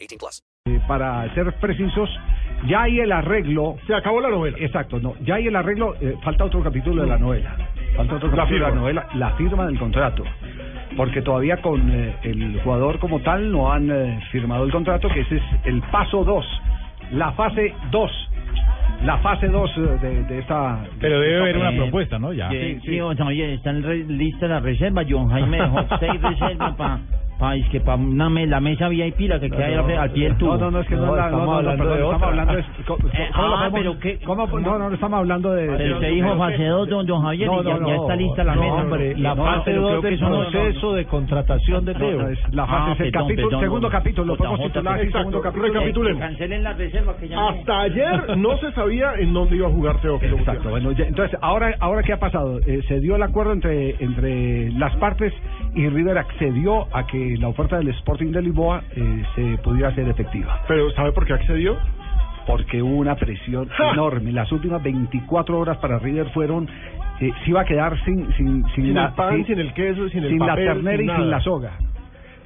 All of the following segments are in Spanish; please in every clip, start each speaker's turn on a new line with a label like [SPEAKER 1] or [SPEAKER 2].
[SPEAKER 1] 18 plus.
[SPEAKER 2] Eh, para ser precisos, ya hay el arreglo.
[SPEAKER 3] Se acabó la novela.
[SPEAKER 2] Exacto, no, ya hay el arreglo. eh, falta otro capítulo de la novela. Falta otro
[SPEAKER 3] La
[SPEAKER 2] capítulo de la
[SPEAKER 3] firma.
[SPEAKER 2] novela, la firma del contrato. Porque todavía con eh, el jugador como tal no han eh, firmado el contrato, que ese es el paso 2, la fase 2. La fase 2 de, de esta.
[SPEAKER 3] Pero debe haber una
[SPEAKER 4] Eh,
[SPEAKER 3] propuesta, ¿no? Ya.
[SPEAKER 4] Sí,
[SPEAKER 2] Sí, sí.
[SPEAKER 4] sí, o sea, oye, están re- listas las reservas. John Jaime dejó seis reservas para pa, es que pa una me- la mesa VIP, la que queda ahí al, al pie del tubo.
[SPEAKER 2] No, no, no, es que no,
[SPEAKER 3] No,
[SPEAKER 2] la- no, no,
[SPEAKER 3] estamos
[SPEAKER 2] no,
[SPEAKER 3] hablando
[SPEAKER 2] perdón,
[SPEAKER 3] de
[SPEAKER 2] estamos
[SPEAKER 3] otra.
[SPEAKER 2] hablando de. ¿cómo-
[SPEAKER 4] Eh,
[SPEAKER 2] cómo lo
[SPEAKER 4] ah,
[SPEAKER 2] podemos-
[SPEAKER 4] pero qué-
[SPEAKER 2] cómo- no, no, no estamos hablando de.
[SPEAKER 4] Pero usted dijo fase 2, don, don Javier,
[SPEAKER 2] No,
[SPEAKER 4] y ya,
[SPEAKER 2] no,
[SPEAKER 4] ya
[SPEAKER 2] no,
[SPEAKER 4] está lista la
[SPEAKER 2] no,
[SPEAKER 4] mesa.
[SPEAKER 2] hombre,
[SPEAKER 4] Y
[SPEAKER 2] la
[SPEAKER 4] no,
[SPEAKER 2] fase
[SPEAKER 4] pero
[SPEAKER 2] dos
[SPEAKER 4] creo que
[SPEAKER 2] del
[SPEAKER 4] eso no-
[SPEAKER 2] proceso
[SPEAKER 3] de contratación de
[SPEAKER 2] No, no, es la fase,
[SPEAKER 4] Ah,
[SPEAKER 2] es el
[SPEAKER 4] perdón,
[SPEAKER 2] capítulo-
[SPEAKER 4] perdón,
[SPEAKER 2] segundo
[SPEAKER 4] don-
[SPEAKER 2] capítulo, lo
[SPEAKER 4] JJ,
[SPEAKER 2] podemos titular el
[SPEAKER 4] exacto,
[SPEAKER 2] segundo capítulo.
[SPEAKER 3] recapitulemos.
[SPEAKER 4] Cancelen las reservas que ya no-
[SPEAKER 3] Hasta ayer no se sabía en dónde iba a jugar Teófilo
[SPEAKER 2] Exacto,
[SPEAKER 3] Gutiérrez.
[SPEAKER 2] bueno, ya- entonces, ahora, ahora ¿qué ha pasado? Eh, se dio el acuerdo entre, entre las partes y River accedió a que la oferta del Sporting de Lisboa eh, se pudiera hacer efectiva,
[SPEAKER 3] Pero ¿sabe por qué accedió?
[SPEAKER 2] porque hubo una presión
[SPEAKER 3] ¡Ja!
[SPEAKER 2] enorme. Las últimas 24 horas para River fueron, eh, se iba a quedar sin, sin, sin,
[SPEAKER 3] Sin
[SPEAKER 2] la-
[SPEAKER 3] el pan,
[SPEAKER 2] sin-
[SPEAKER 3] sin el queso, sin el
[SPEAKER 2] sin
[SPEAKER 3] papel,
[SPEAKER 2] la ternera
[SPEAKER 3] sin
[SPEAKER 2] y sin
[SPEAKER 3] nada.
[SPEAKER 2] la soga.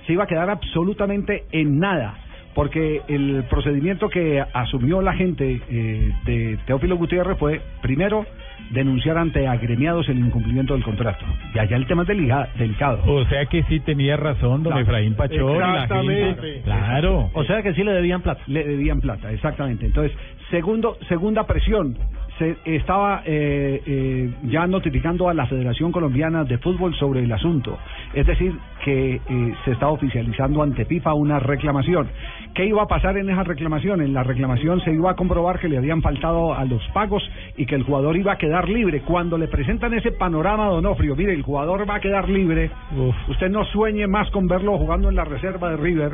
[SPEAKER 2] Se iba a quedar absolutamente en nada, porque el procedimiento que asumió la gente eh, de Teófilo Gutiérrez fue, primero, denunciar ante agremiados el incumplimiento del contrato. Y allá el tema es delega- delicado.
[SPEAKER 5] O sea que sí tenía razón Oh, don
[SPEAKER 2] Claro.
[SPEAKER 5] Efraín Pachón. la gente.
[SPEAKER 3] Exactamente.
[SPEAKER 5] Claro.
[SPEAKER 2] O sea que sí le debían plata. Le debían plata, exactamente. Entonces, segundo, segunda presión. Se estaba eh, eh, ya notificando a la Federación Colombiana de Fútbol sobre el asunto. Es decir, que eh, se estaba oficializando ante FIFA una reclamación. ¿Qué iba a pasar en esa reclamación? En la reclamación se iba a comprobar que le habían faltado a los pagos y que el jugador iba a quedar libre. Cuando le presentan ese panorama, Donofrio, mire, el jugador va a quedar libre.
[SPEAKER 5] Uf.
[SPEAKER 2] Usted no sueñe más con verlo jugando en la reserva de River.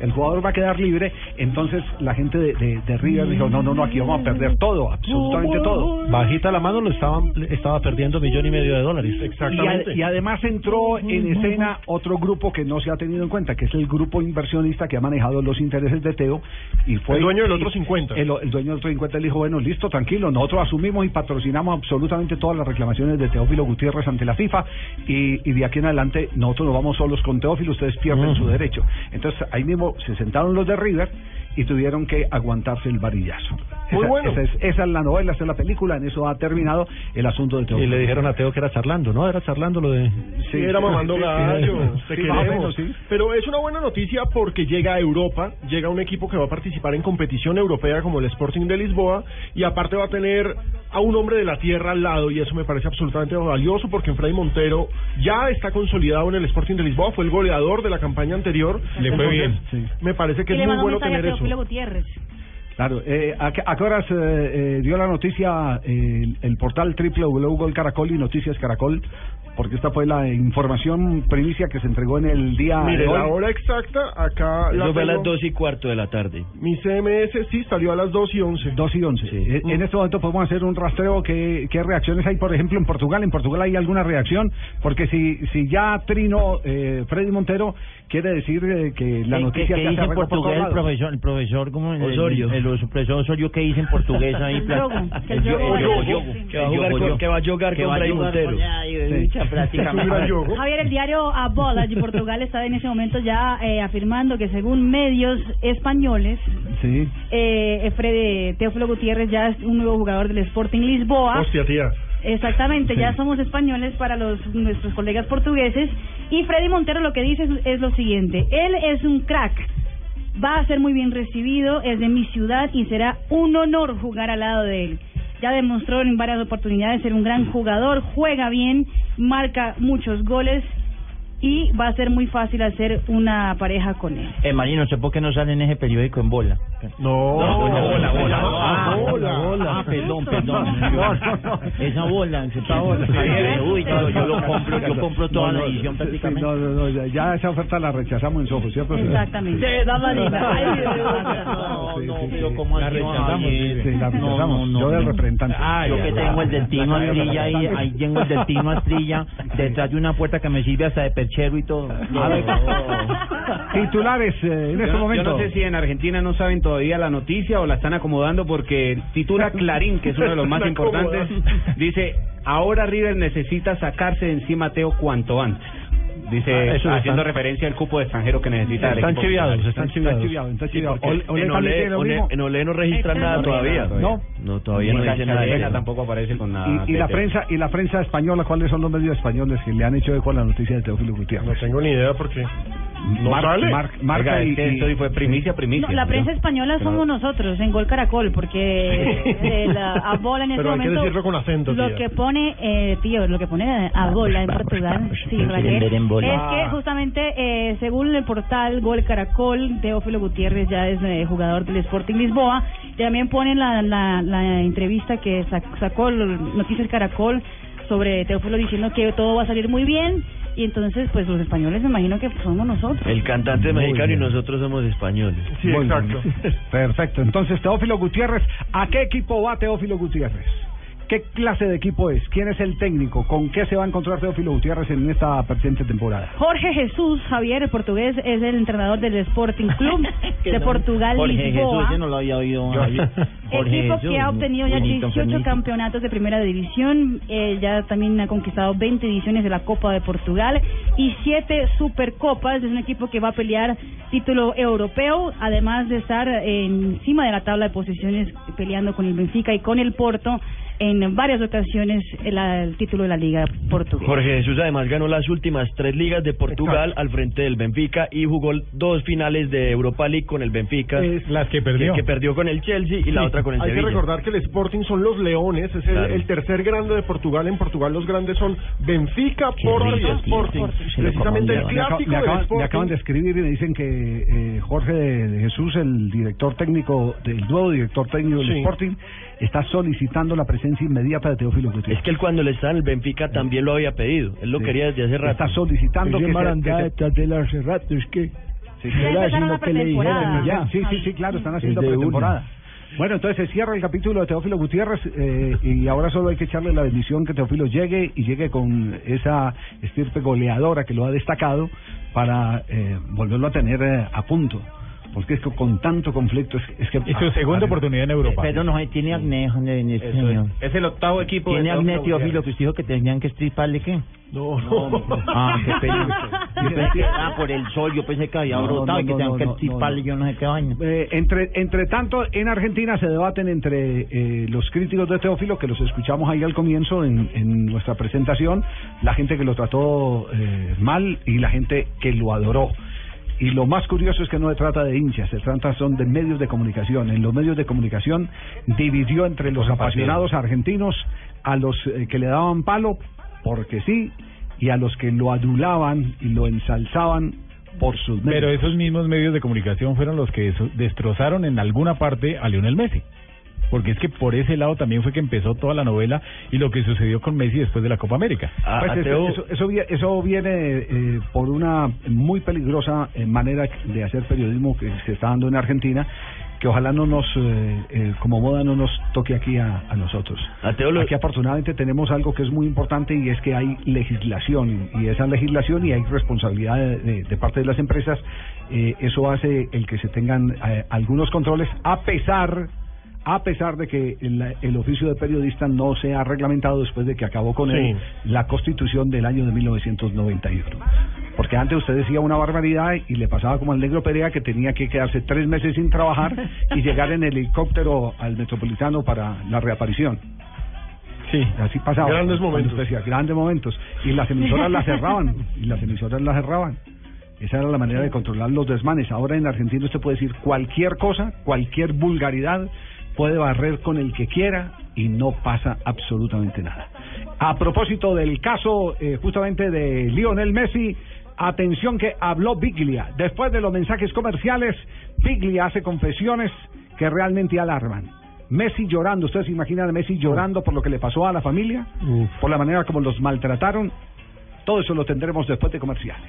[SPEAKER 2] El jugador va a quedar libre. Entonces la gente de, de- de River dijo, no, no, no, aquí vamos a perder todo, absolutamente todo.
[SPEAKER 5] Bajita la mano lo estaban, estaba perdiendo millón y medio de dólares.
[SPEAKER 2] Y, ad- y además entró en escena otro grupo que no se ha tenido en cuenta, que es el grupo inversionista que ha manejado los intereses de Teo. Y fue
[SPEAKER 3] El dueño del otro
[SPEAKER 2] y-
[SPEAKER 3] 50.
[SPEAKER 2] El, el dueño del otro 50 le dijo, bueno, listo, tranquilo, nosotros asumimos y patrocinamos absolutamente todas las reclamaciones de Teófilo Gutiérrez ante la FIFA y, y de aquí en adelante nosotros no vamos solos con Teófilo, ustedes pierden su derecho. Entonces ahí mismo se sentaron los de River y tuvieron que aguantarse el varillazo.
[SPEAKER 3] Muy
[SPEAKER 2] esa,
[SPEAKER 3] bueno.
[SPEAKER 2] esa es, esa es la novela, esa es la película, en eso ha terminado el asunto de Teófilo.
[SPEAKER 5] dijeron a Teo que era charlando, ¿no? Era charlando lo de...
[SPEAKER 3] Sí, era mamando gallo. Te
[SPEAKER 2] Sí, más o
[SPEAKER 3] queremos.
[SPEAKER 2] menos, sí.
[SPEAKER 3] Pero es una buena noticia porque llega a Europa, llega un equipo que va a participar en competición europea como el Sporting de Lisboa y aparte va a tener a un hombre de la tierra al lado y eso me parece absolutamente valioso porque Freddy Montero ya está consolidado en el Sporting de Lisboa, fue el goleador de la campaña anterior.
[SPEAKER 5] Le fue bien.
[SPEAKER 3] Me parece que
[SPEAKER 6] y
[SPEAKER 3] es
[SPEAKER 6] le
[SPEAKER 3] muy
[SPEAKER 6] mando un
[SPEAKER 3] bueno
[SPEAKER 6] mensaje a
[SPEAKER 3] tener eso.
[SPEAKER 6] Teófilo Gutiérrez.
[SPEAKER 2] Claro, eh, ¿a, qué, a qué horas eh, eh, dio la noticia eh, el, el portal www Gol Caracol y Noticias Caracol? Porque esta fue la información primicia que se entregó en Ah, el día
[SPEAKER 3] Mire,
[SPEAKER 2] de hoy.
[SPEAKER 3] la hora exacta acá la
[SPEAKER 4] Eso fue a las
[SPEAKER 3] tengo.
[SPEAKER 4] 2 y cuarto de la tarde.
[SPEAKER 3] Mi CMS sí salió a las 2 y 11.
[SPEAKER 2] 2 y 11. Eh, En este momento podemos hacer un rastreo qué, qué reacciones hay, por ejemplo, en Portugal. ¿En Portugal hay alguna reacción? Porque si, si ya Trino eh, Freddy Montero quiere decir eh, que la
[SPEAKER 4] ¿Qué-
[SPEAKER 2] noticia
[SPEAKER 4] qué, qué
[SPEAKER 2] se
[SPEAKER 4] dice
[SPEAKER 2] hace
[SPEAKER 4] en
[SPEAKER 2] fue por todos
[SPEAKER 4] portugués el
[SPEAKER 2] lados.
[SPEAKER 4] profesor? El profesor, ¿cómo? El-
[SPEAKER 5] Osorio.
[SPEAKER 4] El, el profesor Osorio, ¿qué dice en portugués ahí?
[SPEAKER 6] El yogo, que el
[SPEAKER 4] yo-
[SPEAKER 6] yogo
[SPEAKER 4] yogo,
[SPEAKER 6] es-
[SPEAKER 4] yogo,
[SPEAKER 6] sí.
[SPEAKER 4] que va a jugar con- Que va a jugar con Fray Montero.
[SPEAKER 2] Sí.
[SPEAKER 4] Mucha práctica.
[SPEAKER 3] Es un gran yogo.
[SPEAKER 6] Javier, el diario A Bola de Portugal está en ese momento ya eh, afirmando que según medios españoles,
[SPEAKER 2] Sí.
[SPEAKER 6] eh, Fred Teófilo Gutiérrez ya es un nuevo jugador del Sporting Lisboa.
[SPEAKER 3] Hostia, tía.
[SPEAKER 6] Exactamente, ya somos españoles para los nuestros colegas portugueses. Y Freddy Montero lo que dice es, es lo siguiente: él es un crack, va a ser muy bien recibido, es de mi ciudad y será un honor jugar al lado de él. Ya demostró en varias oportunidades ser un gran jugador, juega bien, marca muchos goles. y va a ser muy fácil hacer una pareja con él.
[SPEAKER 4] Eh, Marino, sé por qué no sale en ese periódico en bola.
[SPEAKER 3] No,
[SPEAKER 4] bola, bola.
[SPEAKER 3] Ah, bola, bola.
[SPEAKER 4] Ah, perdón, perdón. Esa bola, esa bola. Uy, yo, yo lo compro, yo compro toda la edición prácticamente.
[SPEAKER 2] No, no, no, ya, ya esa oferta la rechazamos en Soho, ¿cierto?
[SPEAKER 6] Exactamente.
[SPEAKER 4] Se da Marina.
[SPEAKER 6] Ay,
[SPEAKER 4] Ay,
[SPEAKER 6] no,
[SPEAKER 2] Sí,
[SPEAKER 4] no,
[SPEAKER 2] sí,
[SPEAKER 4] pero
[SPEAKER 2] sí.
[SPEAKER 4] ¿cómo
[SPEAKER 2] La
[SPEAKER 4] así no,
[SPEAKER 2] rechazamos, sí,
[SPEAKER 4] Javier?
[SPEAKER 2] sí, la
[SPEAKER 4] No,
[SPEAKER 2] rechazamos.
[SPEAKER 4] no,
[SPEAKER 2] Yo del
[SPEAKER 4] no.
[SPEAKER 2] representante.
[SPEAKER 4] Ah, yo que tengo el del Tino Astrilla ahí, ahí tengo el del Tino Astrilla detrás de una puerta que me sirve hasta de perchero y todo.
[SPEAKER 2] A ver, titulares eh, en este momento.
[SPEAKER 7] en Argentina no saben todavía la noticia o la están acomodando porque titula Clarín, que es uno de los más
[SPEAKER 3] La
[SPEAKER 7] importantes,
[SPEAKER 3] acomodan.
[SPEAKER 7] dice, ahora River necesita sacarse de encima a Teo cuanto antes. Dice,
[SPEAKER 5] Ah, eso
[SPEAKER 7] haciendo
[SPEAKER 5] están-
[SPEAKER 7] referencia al cupo de extranjero que necesita el
[SPEAKER 5] Están
[SPEAKER 7] equipo.
[SPEAKER 5] chiviados,
[SPEAKER 2] Está
[SPEAKER 5] están chiviados.
[SPEAKER 2] chiviado, está chiviado. Ole- Ole
[SPEAKER 8] En
[SPEAKER 2] también
[SPEAKER 8] Olé,
[SPEAKER 2] tiene lo
[SPEAKER 8] Olé-
[SPEAKER 2] mismo.
[SPEAKER 8] en Olé no registran
[SPEAKER 6] Exacto.
[SPEAKER 8] nada todavía.
[SPEAKER 2] No.
[SPEAKER 8] No,
[SPEAKER 7] Y
[SPEAKER 8] todavía
[SPEAKER 7] en
[SPEAKER 8] no
[SPEAKER 7] la
[SPEAKER 8] dicen nada. de
[SPEAKER 7] cadena
[SPEAKER 8] eso.
[SPEAKER 7] tampoco aparece con nada.
[SPEAKER 2] Y, y
[SPEAKER 7] de
[SPEAKER 2] la
[SPEAKER 7] Teo.
[SPEAKER 2] prensa y la prensa española, ¿cuáles son los medios españoles que le han hecho eco a la noticia de Teófilo
[SPEAKER 3] No
[SPEAKER 2] Gutiérrez?
[SPEAKER 3] tengo ni idea porque no
[SPEAKER 2] Mar-
[SPEAKER 3] sale.
[SPEAKER 2] Mar- marca
[SPEAKER 7] Oiga, es
[SPEAKER 2] y,
[SPEAKER 7] que
[SPEAKER 2] y-
[SPEAKER 7] esto hoy fue primicia, primicia.
[SPEAKER 6] No, la prensa
[SPEAKER 7] ¿no?
[SPEAKER 6] española
[SPEAKER 7] Pero-
[SPEAKER 6] somos nosotros en Gol Caracol, porque eh, la- a bola en este
[SPEAKER 3] Pero hay que
[SPEAKER 6] momento.
[SPEAKER 3] decirlo con acento,
[SPEAKER 6] lo
[SPEAKER 3] tía. Pues,
[SPEAKER 6] que pone, eh, tío, lo que pone a bola en Portugal, sí, Raquel,
[SPEAKER 4] ver en bola.
[SPEAKER 6] es
[SPEAKER 3] Ah.
[SPEAKER 6] que justamente eh, según el portal Gol Caracol, Teófilo Gutiérrez ya es eh, jugador del Sporting Lisboa. También ponen la, la, la entrevista que sac- sacó el- Noticias Caracol sobre Teófilo diciendo que todo va a salir muy bien. Y entonces, pues los españoles me imagino que somos nosotros.
[SPEAKER 8] El cantante es
[SPEAKER 2] Muy
[SPEAKER 8] mexicano y
[SPEAKER 2] bien.
[SPEAKER 8] nosotros somos españoles.
[SPEAKER 3] Sí,
[SPEAKER 2] Muy bien.
[SPEAKER 3] exacto.
[SPEAKER 2] Perfecto. Entonces, Teófilo Gutiérrez, ¿a qué equipo va Teófilo Gutiérrez? ¿Qué clase de equipo es? ¿Quién es el técnico? ¿Con qué se va a encontrar Teófilo Gutiérrez en esta presente temporada?
[SPEAKER 6] Jorge Jesús Javier, el portugués, es el entrenador del Sporting Club de Portugal
[SPEAKER 4] Jorge Jesús,
[SPEAKER 6] Lisboa.
[SPEAKER 4] ese no lo había oído. Javier. Jorge
[SPEAKER 6] Equipo que
[SPEAKER 4] Jesús,
[SPEAKER 6] ha obtenido ya
[SPEAKER 4] Willington
[SPEAKER 6] 18
[SPEAKER 4] Fernández.
[SPEAKER 6] campeonatos de primera división, eh, ya también ha conquistado 20 ediciones de la Copa de Portugal y 7 Supercopas. Es un equipo que va a pelear título europeo, además de estar eh, encima de la tabla de posiciones peleando con el Benfica y con el Porto en varias ocasiones el, el título de la Liga Portuguesa.
[SPEAKER 8] Jorge Jesús además ganó las últimas tres ligas de Portugal al frente del Benfica y jugó dos finales de Europa League con el Benfica,
[SPEAKER 4] Eh,
[SPEAKER 3] Es las que perdió.
[SPEAKER 8] que, que perdió con el Chelsea y la
[SPEAKER 3] Sí,
[SPEAKER 8] otra con el
[SPEAKER 3] Hay que
[SPEAKER 8] Sevilla.
[SPEAKER 3] recordar que el Sporting son los Leones, es el,
[SPEAKER 8] Claro.
[SPEAKER 3] el tercer grande de Portugal. En Portugal los grandes son Benfica,
[SPEAKER 4] Qué
[SPEAKER 3] Porto y
[SPEAKER 4] rico, tío.
[SPEAKER 3] Sporting.
[SPEAKER 4] Se lo
[SPEAKER 3] Precisamente el
[SPEAKER 4] comieron.
[SPEAKER 2] Le, aca-
[SPEAKER 3] clásico
[SPEAKER 2] le
[SPEAKER 3] del
[SPEAKER 2] acaban, le acaban
[SPEAKER 3] Sporting.
[SPEAKER 2] de escribir y me dicen que eh, Jorge de Jesús, el director técnico, el nuevo director técnico del
[SPEAKER 3] Sí.
[SPEAKER 2] Sporting, está solicitando la presencia inmediata de Teófilo Gutiérrez.
[SPEAKER 8] Es que él cuando le estaba en el Benfica también lo había pedido. Él lo
[SPEAKER 2] Sí.
[SPEAKER 8] quería desde hace rato.
[SPEAKER 2] Está solicitando que, se- que se-
[SPEAKER 5] es que...
[SPEAKER 2] Sí,
[SPEAKER 6] Ya empezaron la pretemporada.
[SPEAKER 2] Ya, sí, sí, sí, claro, están haciendo pretemporada. Bueno, entonces se cierra el capítulo de Teófilo Gutiérrez eh, y ahora solo hay que echarle la bendición que Teófilo llegue y llegue con esa estirpe goleadora que lo ha destacado para eh, volverlo a tener eh, a punto. Porque es que con tanto conflicto es, es que... Ah,
[SPEAKER 5] Y su segunda oportunidad en Europa.
[SPEAKER 4] Perdón, no, tiene acné, Jorge, en este
[SPEAKER 7] Eso
[SPEAKER 4] señor.
[SPEAKER 7] es, es el octavo equipo. de
[SPEAKER 4] Tiene
[SPEAKER 7] Teófilo
[SPEAKER 4] acné, Teófilo,
[SPEAKER 7] Gutiérrez.
[SPEAKER 4] que usted dijo que tenían que estriparle, ¿qué?
[SPEAKER 3] No, no.
[SPEAKER 4] Ah, qué pena. Yo pensé que era por el sol, yo pensé que había
[SPEAKER 2] No, no,
[SPEAKER 4] brotado y
[SPEAKER 2] no,
[SPEAKER 4] que
[SPEAKER 2] no,
[SPEAKER 4] tenían que
[SPEAKER 2] no, no,
[SPEAKER 4] estriparle,
[SPEAKER 2] no.
[SPEAKER 4] yo no sé qué vaina.
[SPEAKER 2] Eh, entre, entre tanto, en Argentina se debaten entre eh, los críticos de Teófilo, que los escuchamos ahí al comienzo en, en nuestra presentación, la gente que lo trató eh, mal y la gente que lo adoró. Y lo más curioso es que no se trata de hinchas, se trata son de medios de comunicación. En los medios de comunicación dividió entre los apasionados argentinos, a los eh, que le daban palo, porque sí, y a los que lo adulaban y lo ensalzaban por sus medios.
[SPEAKER 5] Pero esos mismos medios de comunicación fueron los que eso- destrozaron en alguna parte a Lionel Messi. Porque es que por ese lado también fue que empezó toda la novela y lo que sucedió con Messi después de la Copa América.
[SPEAKER 8] A-
[SPEAKER 2] Pues
[SPEAKER 8] a
[SPEAKER 2] eso-
[SPEAKER 8] Teo-
[SPEAKER 2] eso, eso vie- eso viene eh, por una muy peligrosa eh, manera de hacer periodismo que se está dando en Argentina, que ojalá no nos, eh, eh, como moda, no nos toque aquí a, a nosotros.
[SPEAKER 4] Ah,
[SPEAKER 8] A Teo lo-
[SPEAKER 2] Aquí afortunadamente tenemos algo que es muy importante y es que hay legislación y esa legislación y hay responsabilidad de, de- de parte de las empresas. eh, eso hace el que se tengan eh, algunos controles a pesar a pesar de que el, el oficio de periodista no se ha reglamentado después de que acabó con él la constitución del año de 1991. Porque antes usted decía una barbaridad y le pasaba como al negro Perea que tenía que quedarse tres meses sin trabajar y llegar en helicóptero al metropolitano para la reaparición.
[SPEAKER 3] Sí.
[SPEAKER 2] Así pasaba.
[SPEAKER 3] Grandes
[SPEAKER 2] Cuando
[SPEAKER 3] momentos.
[SPEAKER 2] usted decía, grandes momentos. Y las emisoras las cerraban. Y las emisoras las cerraban. Esa era la manera de controlar los desmanes. Ahora en Argentina usted puede decir cualquier cosa, cualquier vulgaridad, puede barrer con el que quiera y no pasa absolutamente nada. A propósito del caso eh, justamente de Lionel Messi, Atención que habló Biglia. Después de los mensajes comerciales, Biglia hace confesiones que realmente alarman. Messi llorando, ¿ustedes se imaginan a Messi llorando por lo que le pasó a la familia?
[SPEAKER 3] Uf.
[SPEAKER 2] Por la manera como los maltrataron. Todo eso lo tendremos después de comerciales.